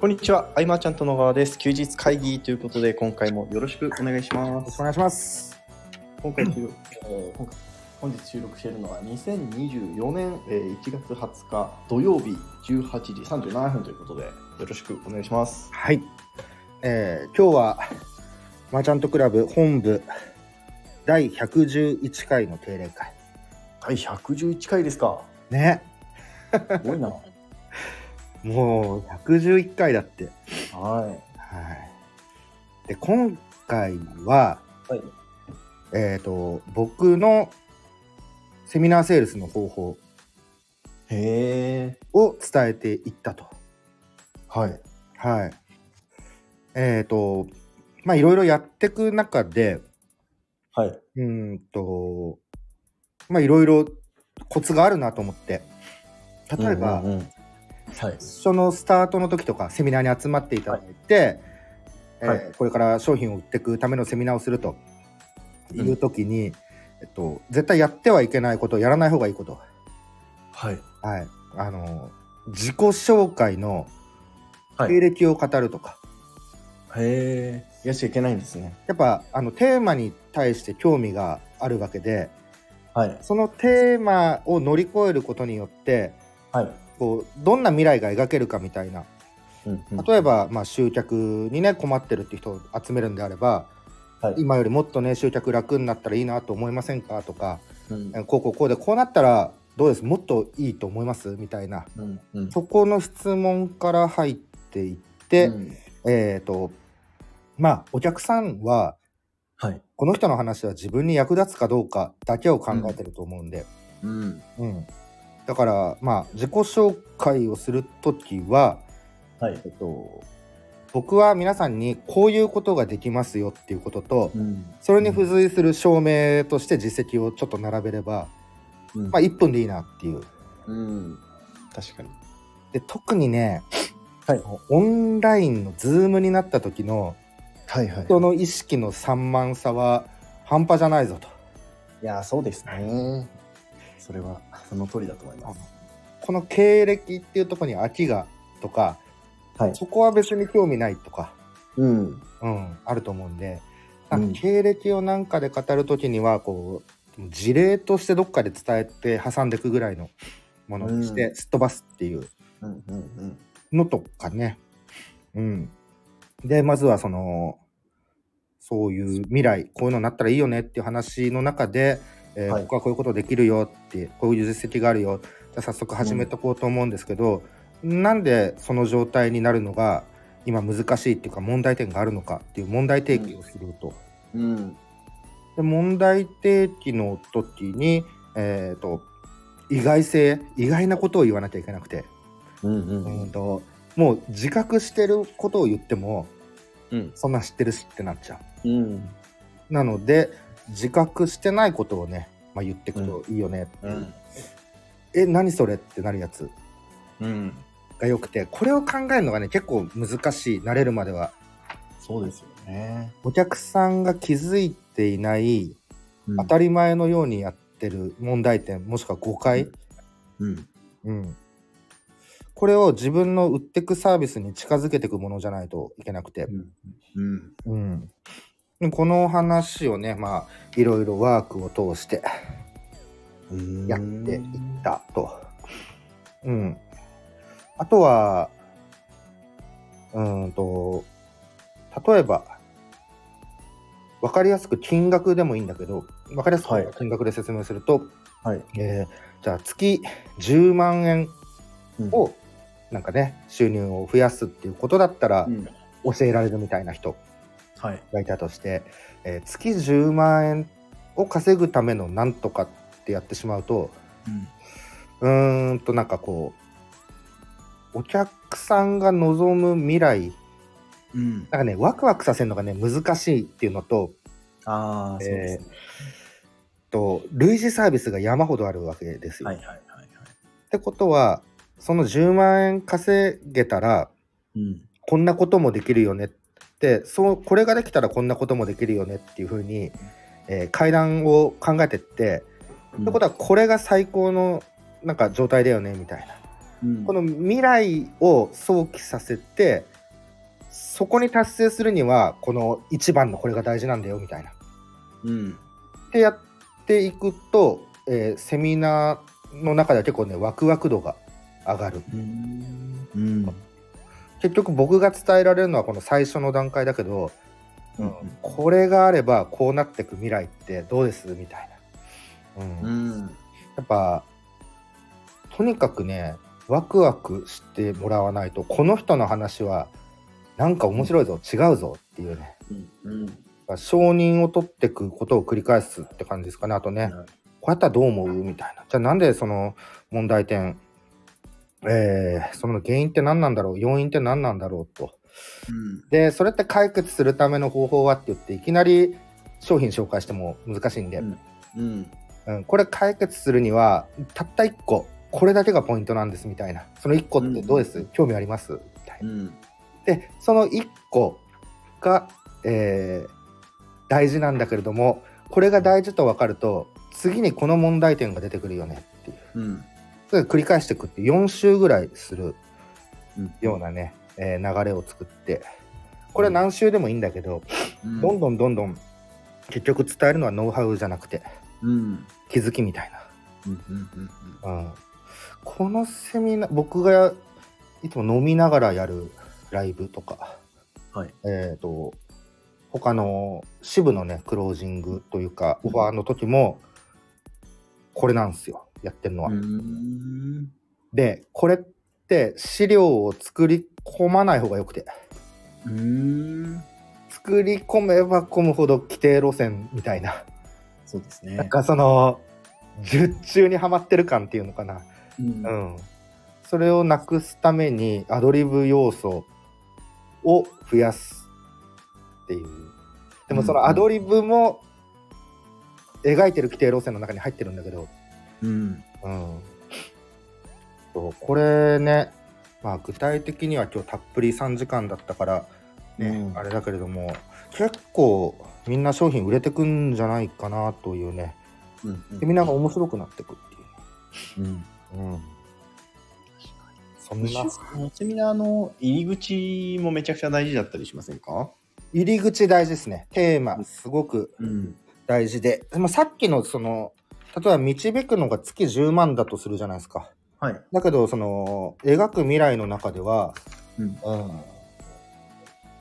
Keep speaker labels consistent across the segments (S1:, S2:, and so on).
S1: こんにちは、アイマーちゃんと野川です。休日会議ということで、今回もよろしくお願いしま
S2: よろし
S1: す
S2: くお。願いします。
S1: 今回収録、えー今回本日収録しているのは2024年、えー1月20日土曜日18時37分ということで、よろしくお願いします。
S2: はい。えー今日は、マーチャントクラブ本部第111回の定例会。
S1: 第111回ですか。
S2: ね。
S1: すごい な。
S2: もう、111回だって。
S1: は
S2: はい。で、今回は、
S1: い。はい。
S2: えっ、と、僕のセミナーセールスの方法
S1: へえ。
S2: を伝えていったと。
S1: はい。
S2: はい。えっ、と、まあ、いろいろやってく中で、
S1: はい。
S2: うーんと、まあいろいろコツがあるなと思って。例えば、
S1: うんうんうんはい。
S2: そのスタートの時とかセミナーに集まっていただいて、えー
S1: はい
S2: これから商品を売っていくためのセミナーをするという時に、えっと、絶対やってはいけないこと、やらない方がいいこと。
S1: はい。
S2: はい。あの、自己紹介の
S1: は
S2: 経歴を語るとか。
S1: へえ。やっちゃいけないんですね。
S2: やっぱ、あの、テーマに対して興味があるわけで、
S1: はい。
S2: そのテーマを乗り越えることによって、
S1: はい。
S2: こうどんな未来が描けるかみたいな
S1: うんうん
S2: 例えば、まあ、集客にね困ってるって人を集めるんであれば、
S1: はい
S2: 今よりもっとね集客楽になったらいいなと思いませんかとか
S1: うん
S2: えこうこうこうでこうなったらどうですもっといいと思いますみたいな
S1: うんうん
S2: そこの質問から入っていって、
S1: うん
S2: えっ、とまあお客さんは
S1: はい。
S2: この人の話は自分に役立つかどうかだけを考えてると思うんで、
S1: うん。
S2: うん、だからまあ自己紹介をするときは
S1: はい
S2: え。っと、僕は皆さんにこういうことができますよっていうことと、
S1: うん
S2: それに付随する証明として実績をちょっと並べれば、
S1: うん
S2: まあ1分でいいなっていう。
S1: うん。確かに。
S2: で、特にね、
S1: はい
S2: オンラインのズームになった時の
S1: はいはい。
S2: 人の意識の散漫さは半端じゃないぞと。
S1: いや、そうですね。それは、その通りだと思います。
S2: この経歴っていうところに飽きがとか、
S1: はい
S2: そこは別に興味ないとか、
S1: うん。
S2: うん、あると思うんで、なん
S1: うん
S2: か経歴をなんかで語るときには、こう、事例としてどっかで伝えて挟んでいくぐらいのものにし
S1: う
S2: て、すっ飛ばすっていう
S1: うんうんうん。
S2: のとかね。うん。で、まずはその、そういう未来、こういうのになったらいいよねっていう話の中で、えー
S1: はい
S2: 僕はこういうことできるよって、こういう実績があるよ。じゃあ早速始めとこうと思うんですけど、なんでその状態になるのが今難しいっていうか問題点があるのかっていう問題提起をすると。
S1: うん。
S2: で問題提起の時に、えっ、と、意外性、意外なことを言わなきゃいけなくて。
S1: うんう
S2: うん
S1: ん
S2: ともう自覚してることを言っても
S1: うん。
S2: そんなん知ってるしってなっちゃ
S1: うん。
S2: うなので自覚してないことをね、まあ、言ってくといいよね、
S1: うん。
S2: え何それってなるやつ
S1: うん。
S2: がよくてこれを考えるのがね結構難しい慣れるまでは
S1: そうですよね。
S2: お客さんが気づいていない当たり前のようにやってる問題点もしくは誤解、
S1: うん。
S2: うん、これを自分の売ってくサービスに近づけていくものじゃないといけなくて、
S1: うん。うん。
S2: うん、この話をねまあいろいろワークを通して
S1: うん
S2: やっていったと。うん、あとはうーんと例えば分かりやすく金額でもいいんだけど分かりやす
S1: はい
S2: く金額で説明すると、
S1: はい。
S2: えーじゃあ月10万円
S1: うん
S2: をなんかね収入を増やすっていうことだったら
S1: うん
S2: 教えられるみたいな人。
S1: はい。
S2: がいたとして、えー月10万円を稼ぐためのなんとかってやってしまうと
S1: うん。
S2: うーんとなんかこうお客さんが望む未来
S1: うん。
S2: なんかねワクワクさせるのがね難しいっていうのと
S1: ああ、そうですね。
S2: と類似サービスが山ほどあるわけですよ。
S1: はい
S2: っ
S1: はいはいはい。
S2: てことはその10万円稼げたら
S1: うん。
S2: こんなこともできるよねってそうこれができたらこんなこともできるよねっていうふうに、えー階段を考えてってってことはこれが最高のなんか状態だよねみたいな
S1: うん
S2: この未来を想起させてそこに達成するにはこの一番のこれが大事なんだよみたいな。
S1: うん
S2: ってやっていくと、えーセミナーの中では結構ねワクワク度が上がる
S1: うんうん
S2: 結局僕が伝えられるのはこの最初の段階だけど、これがあればこうなってく未来ってどうですみたいな、うん
S1: う
S2: や
S1: ん
S2: っぱとにかくねワクワクしてもらわないとこの人の話はなんか面白いぞ、違うぞっていうね
S1: うん
S2: やっぱ承認を取ってくことを繰り返すって感じですかねあとね、こうやったらどう思うみたいな。じゃあなんでその問題点、えーその原因って何なんだろう要因って何なんだろうと。で、それって解決するための方法はって言って、いきなり商品紹介しても難しいんで、
S1: う
S2: うんん
S1: うん
S2: これ解決するには、たった1個、これだけがポイントなんですみたいな。その1個ってどうです、
S1: うん
S2: 興味ありますみたいな。
S1: うん
S2: で、その1個が、えー大事なんだけれども、これが大事と分かると、次にこの問題点が出てくるよねっていう。
S1: うん
S2: それ繰り返していくって4週ぐらいする
S1: うん
S2: ようなね、えー流れを作ってこれは何週でもいいんだけど、
S1: うん
S2: どんどんどんどん結局伝えるのはノウハウじゃなくて
S1: うん
S2: 気づきみたい
S1: うんうんうん
S2: な、うん、このセミナー僕がいつも飲みながらやるライブとか、
S1: はい
S2: えっ、と他の支部のねクロージングというかオファーの時もこれなんですよやってるのは。
S1: うん
S2: で、これって資料を作り込まない方がよくて、
S1: うん
S2: 作り込めば込むほど規定路線みたいな、
S1: そうです
S2: なん
S1: ね
S2: かその、術中にはまってる感っていうのかな。
S1: うんう
S2: う
S1: ん
S2: ん。それをなくすためにアドリブ要素を増やすっていう。でもそのアドリブも描いてる規定路線の中に入ってるんだけど、
S1: うん
S2: うん、そうこれね、まあ、具体的には今日たっぷり3時間だったから、ね
S1: うん
S2: あれだけれども結構みんな商品売れてくんじゃないかなというね
S1: うん
S2: でみんなが面白くなってくって
S1: うん
S2: いう、うん、そん
S1: む
S2: な
S1: しろこのセミナーの入り口もめちゃくちゃ大事だったりしませんか
S2: 入り口大事ですねテーマすごく
S1: うん
S2: 大事で、まあ、さっきのその例えば導くのが月10万だとするじゃないですか
S1: はい
S2: だけどその描く未来の中では
S1: うん
S2: うん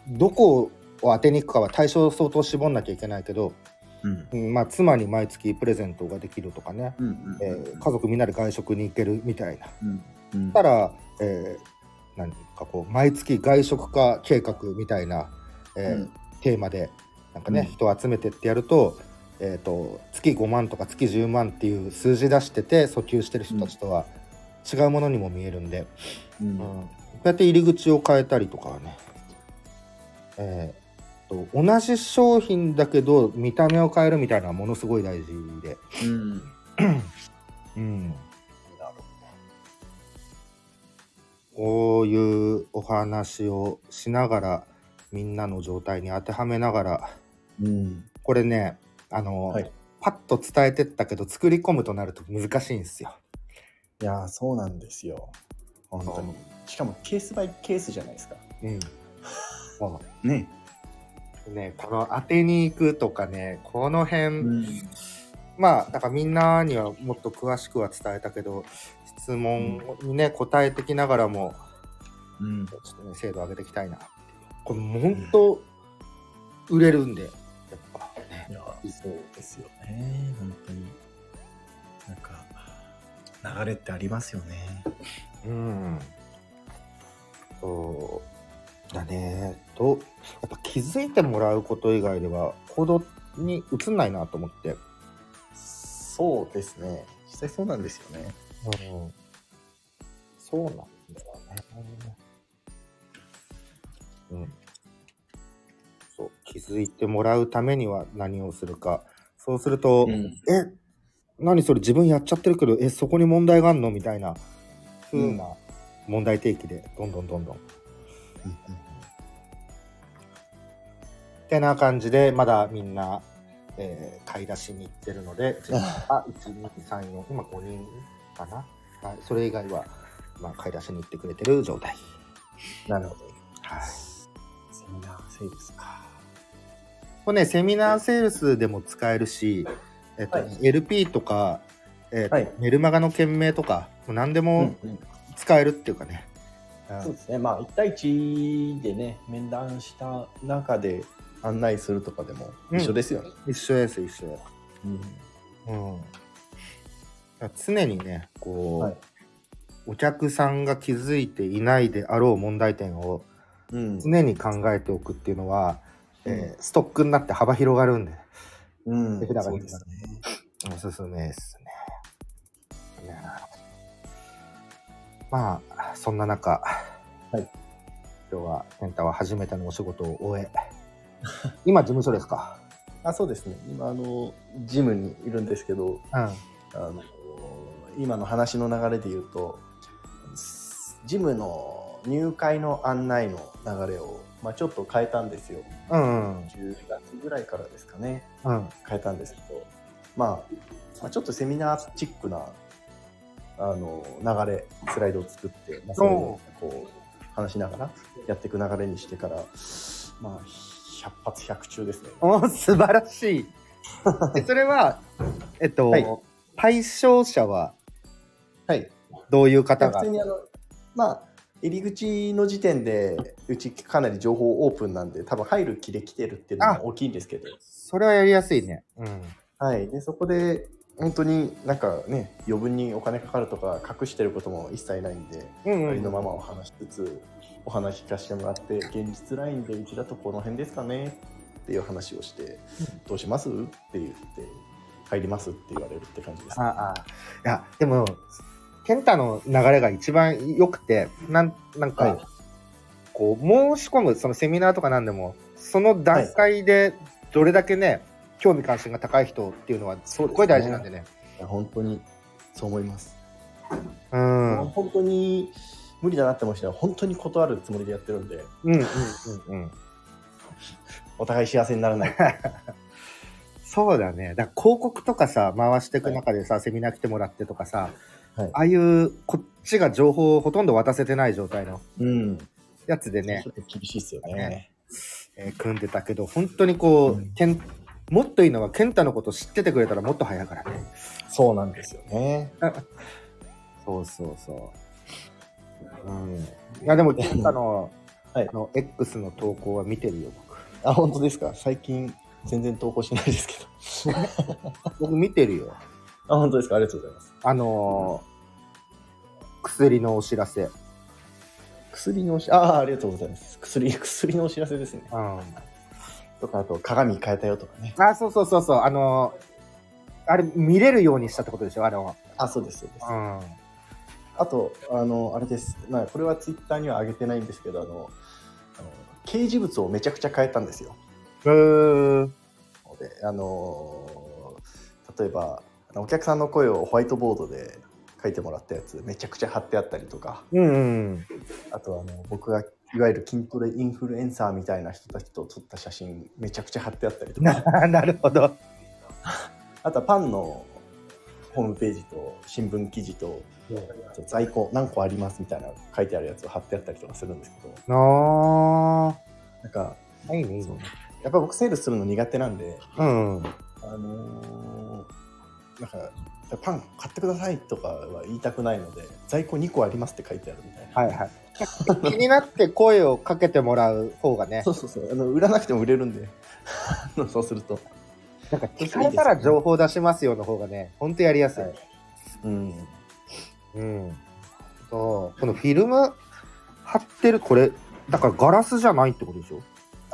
S2: どこを当てに行くかは対象を相当絞んなきゃいけないけど、
S1: うん
S2: うんまあ、妻に毎月プレゼントができるとかね、
S1: うんうん
S2: えー家族みんなで外食に行けるみたいな。
S1: うんうん
S2: たら、えー何かこう毎月外食化計画みたいな、えー
S1: うん
S2: テーマでなんかね、
S1: うん
S2: 人を集めてってやると,、えー、と月5万とか月10万っていう数字出してて訴求してる人たちとは違うものにも見えるんで、
S1: うん
S2: こうやって入り口を変えたりとかはね、えー、と同じ商品だけど見た目を変えるみたいなのはものすごい大事で、
S1: うん
S2: うん、こういうお話をしながらみんなの状態に当てはめながら
S1: うん
S2: これねあの、
S1: はい
S2: パッと伝えてったけど作り込むとなると難しいんですよ。
S1: いやーそうなんですよ本当にしかもケースバイケースじゃないですか
S2: うん、そ
S1: ね
S2: うねこの当てに行くとかねこの辺、
S1: うん
S2: まあだからみんなにはもっと詳しくは伝えたけど質問にね、答えてきながらも
S1: うん
S2: ちょっとね精度上げていきたいなっていうこれもう本当売れるんでやっぱね
S1: いやそうですよね本当になんか流れってありますよね
S2: うんそうだねとやっぱ気づいてもらうこと以外では行動に移んないなと思って、
S1: そうですね実際そうなんですよね
S2: うん、そうなんだよね。うん。そう、気づいてもらうためには何をするか。そうすると、
S1: ん
S2: え、何それ自分やっちゃってるけど、え、そこに問題があんのみたいな風な問題提起で、どんどんどんどん。ってな感じで、まだみんな、えー買い出しに行ってるので、あ、1、2、3、4、今5人かな。はい、それ以外は、まあ、買い出しに行ってくれてる状態。
S1: なるほど。
S2: はい。
S1: セミナーセールスか。
S2: これね、セミナーセールスでも使えるし、えっと、
S1: はい
S2: LP とか、えっと
S1: はい
S2: メルマガの件名とか、もう何で
S1: う
S2: も
S1: んうん
S2: 使えるっていうかね。うん
S1: そうですね、まあ、1対1でね、面談した中で案内するとかでも
S2: うん
S1: 一緒ですよね。
S2: 一緒です、一緒です。
S1: うん
S2: うん。だから常にね、こう、
S1: はい
S2: お客さんが気づいていないであろう問題点を
S1: うん
S2: 常に考えておくっていうのは、
S1: うん
S2: えーストックになって幅広がるんで、
S1: うん
S2: 手札が
S1: そうですね。
S2: おすすめですね。いやーまあ、そんな中、
S1: はい
S2: 今日は、健太は初めてのお仕事を 終え、今、事務所ですか。
S1: あそうですね、今あの、ジムにいるんですけど、
S2: うん。
S1: あの今の話の流れで言うと、ジムの入会の案内の流れを、まあ、ちょっと変えたんですよ。
S2: うん、うん。
S1: 10月ぐらいからですかね。
S2: うん。
S1: 変えたんですけど、まあ、まあちょっとセミナーチックなあの流れスライドを作って、まあ、それをこう話しながらやっていく流れにしてから、まあ、100発100中ですね。
S2: お素晴らしい。でそれ は、えっと、
S1: はい
S2: 対象者は
S1: はい、
S2: どういう方が
S1: 普通にあの、まあ、入り口の時点でうちかなり情報オープンなんで多分入る気で来てるっていうの
S2: あ
S1: が大きいんですけど、
S2: それはやりやすいね。うん。
S1: はい、でそこで本当になんかね余分にお金かかるとか隠してることも一切ないんで。
S2: うん
S1: ありのままお話しつつお話聞かせてもらって現実ラインでうちだとこの辺ですかねっていう話をしてどうしますって言って入りますって言われるって感じです、ね、
S2: ああ。いや、でも、健太の流れが一番良くて、なんなんか、
S1: はい
S2: こう、申し込む、そのセミナーとかなんでも、その段階でどれだけね、興味関心が高い人っていうのは、すっごい大事なんでね。
S1: いや本当にそう思います、
S2: うん。
S1: も
S2: う
S1: うん本当に無理だなって思う人は本当に断るつもりでやってるんで
S2: うんうんうん。
S1: お互い幸せにならない
S2: そうだね。だから広告とかさ、回していく中でさ、セミナー来てもらってとかさ、
S1: はい
S2: ああいう、こっちが情報をほとんど渡せてない状態の
S1: うんち
S2: やつでね、
S1: ょっと厳しいですよね
S2: ねえー組んでたけど本当にこう、
S1: うん
S2: けんもっといいのは健太のこと知っててくれたらもっと早いからね
S1: そうなんですよね
S2: そうそうそう、うん、いやでも健太 の,、
S1: はい
S2: あの X の投稿は見てるよ
S1: あ本当ですか最近全然投稿しないですけど
S2: 僕僕見てるよ
S1: あ本当ですかありがとうございます
S2: あのー薬のお知らせ、うん、
S1: 薬のおしあーありがとうございます薬薬のお知らせですね
S2: あ
S1: とかあと鏡変えたよとかね
S2: そうそうそうそうあのーあれ見れるようにしたってことでしょあれは、
S1: あそうですそうです
S2: うん、
S1: あとあのあれですまあこれはツイッターには上げてないんですけどあのあの掲示物をめちゃくちゃ変えたんですよ
S2: へー
S1: であのー例えばあのお客さんの声をホワイトボードで書いてもらったやつめちゃくちゃ貼ってあったりとか
S2: うんうん
S1: あとあの僕がいわゆる筋トレインフルエンサーみたいな人たちと撮った写真めちゃくちゃ貼ってあったりとか
S2: な なるほど
S1: あとはパンのホームページと新聞記事と在庫何個ありますみたいな書いてあるやつを貼ってあったりとかするんですけど
S2: あ
S1: なんか
S2: あいいねいいね
S1: やっぱ僕セールスするの苦手なんで
S2: うん
S1: あのーなんかパン買ってくださいとかは言いたくないので在庫2個ありますって書いてあるみたいな、
S2: はいはい。 気になって声をかけてもらう方がね
S1: そ、うそうそうあの売らなくても売れるんで あのそうすると
S2: なんか聞かれたら情報出しますよの方がね、ほんとやりやすい。
S1: はいうん
S2: うん。そう。このフィルム貼ってるこれ、だからガラスじゃないってことでしょ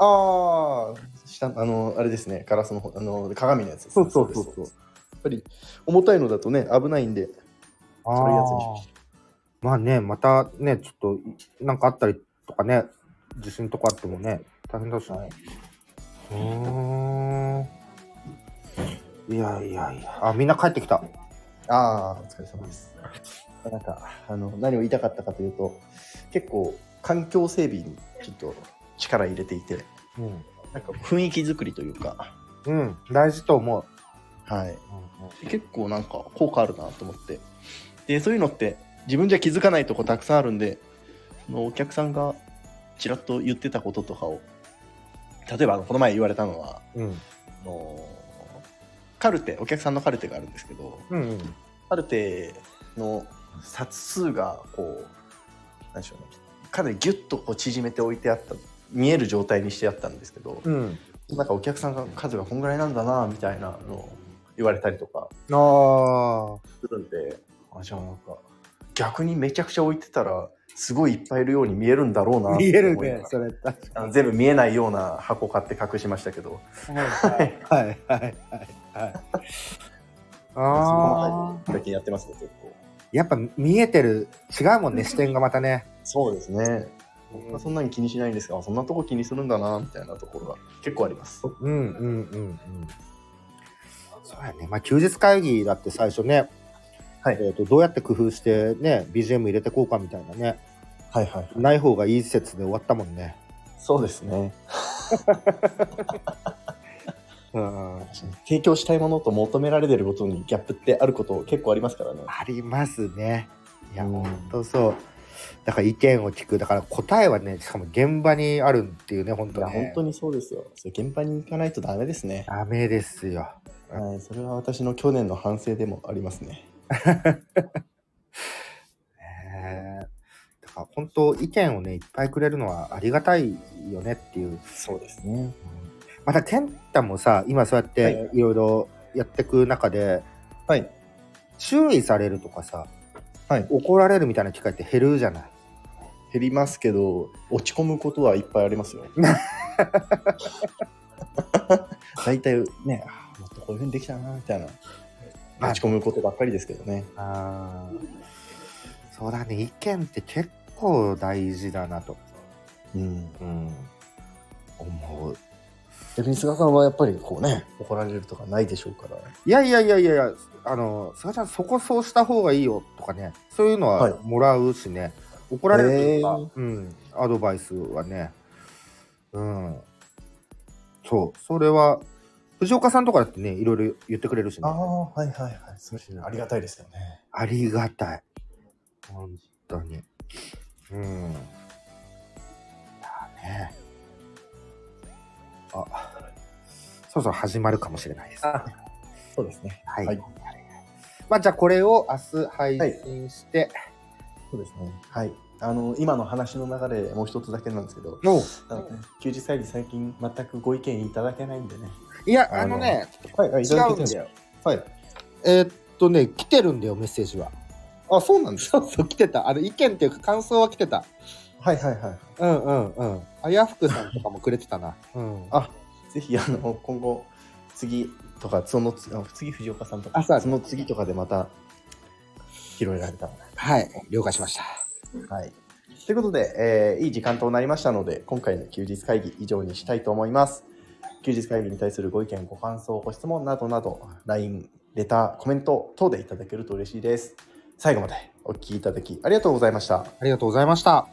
S1: ああ下あのあれですねガラスの方あの鏡のやつですね、
S2: そうそうそうそ
S1: で
S2: う
S1: すですやっぱり重たいのだとね危ないんで
S2: あ
S1: 軽いやつにしました
S2: まあね、またね、ちょっと、なんかあったりとかね、地震とかあってもね、大変だしね。
S1: はいう
S2: ーん。いやいやいや。あ、みんな帰ってきた。
S1: ああ、お疲れ様です。なんか、あの、何を言いたかったかというと、結構、環境整備にちょっと力入れていて、
S2: うん。
S1: なんか雰囲気作りというか、
S2: うん、大事と思う。
S1: はい。結構なんか効果あるなと思って。で、そういうのって、自分じゃ気づかないとこたくさんあるんで、そのお客さんがちらっと言ってたこととかを、例えばあのこの前言われたのは、
S2: うん。
S1: あのカルテ、お客さんのカルテがあるんですけど、
S2: うんうん。
S1: カルテの冊数がこう、なんでしょうね、かなりギュッとこう縮めて置いてあった、見える状態にしてあったんですけど、
S2: うん。
S1: なんかお客さんが数がこんぐらいなんだなみたいなのを言われたりとか
S2: ああ。
S1: するんで、あじゃあなんか逆にめちゃくちゃ置いてたらすごいいっぱいいるように見えるんだろうな
S2: 見える
S1: って思いなが、
S2: ね
S1: ら
S2: それ確
S1: あ
S2: か
S1: の
S2: に。
S1: 全部見えないような箱買って隠しましたけど、
S2: はいはいはいはいはい。ああ。
S1: 最近やってますね結構。
S2: やっぱ見えてる、違うもんね、視点がまたね。
S1: そうですね。僕
S2: う
S1: はそんなに気にしないんですが、あそんなとこ気にするんだなみたいなところが結構あります。
S2: んうんうんうん。そうやね。まあ休日会議だって最初ね、
S1: はい
S2: えー、とどうやって工夫してね、BGM 入れてこうかみたいなね、
S1: はいはい。
S2: ない方がいい説で終わったもんね。
S1: そうですね。
S2: うん。
S1: 提供したいものと求められてることにギャップってあること結構ありますからね。
S2: ありますね。いや、
S1: うん
S2: ほんとそう。だから意見を聞く。だから答えはね、しかも現場にあるっていうね、本
S1: い
S2: 当
S1: や
S2: ね。
S1: 本当にそうですよ。それ現場に行かないとダメですね。
S2: ダメですよ。
S1: はい、それは私の去年の反省でもありますね。
S2: ねえだから本当意見をねいっぱいくれるのはありがたいよねっていう
S1: そうですね。
S2: また健太もさ今そうやっ
S1: は
S2: て
S1: い
S2: いろいろやってく中で、
S1: はい。
S2: 注意されるとかさ、
S1: はい
S2: 怒られるみたいな機会って減るじゃない
S1: 減りますけど、落ち込むことはいっぱいあり ますよ。大体ね、あーもっとこういうふうにできたな、みたいな。
S2: まあ
S1: 落ち込むことばっかりですけどね。
S2: あーそうだね意見って結構大事だなと、
S1: うん。
S2: うん、思う
S1: 逆に菅さんはやっぱりこうね、怒られるとかないでしょうから。
S2: いやいやいやいやいやあの菅ちゃんそこそうした方がいいよとかねそういうの
S1: はい
S2: はもらうしね、怒られるというか、
S1: へー
S2: うん、アドバイスはねうんそうそれは藤岡さんとかだってねいろいろ言ってくれるしね
S1: あ
S2: あ
S1: あ、はいはいはい。それありがたいですよね。
S2: りがたい本当にうんだねあそろそろ始まるかもしれないですね
S1: あ そうですね。
S2: はい。
S1: はい
S2: まあ、じゃあこれを明日配信して、
S1: そうですね。はい。あの、今の話の流れ、もう一つだけなんですけど、
S2: の
S1: あの休日会議最近全くご意見いただけないんでね。
S2: いや、
S1: あ
S2: あ
S1: の
S2: のね、
S1: はい、は
S2: 違うんだよ。
S1: はい。
S2: えーっとね、来てるんだよ、メッセージは。
S1: あ、そうなんです
S2: そうそう、来てた。あの、意見っていうか感想は来てた。
S1: はいはいはい。
S2: うんうんうん。あやふくさんとかもくれてたな。うん。あ、
S1: あ、ぜひ、あの、今後、次とか、その次、あ次藤岡さんとか、
S2: あそうだね
S1: その次とかでまた、拾えられたら
S2: はい。了解しました。
S1: な。はい。ということで、えーいい時間となりましたので、今回の休日会議以上にしたいと思います。休日会議に対するご意見、ご感想、ご質問などなど、LINE、レター、コメント等でいただけると嬉しいです。最後までお聞きいただきありがとうございました。
S2: ありがとうございました。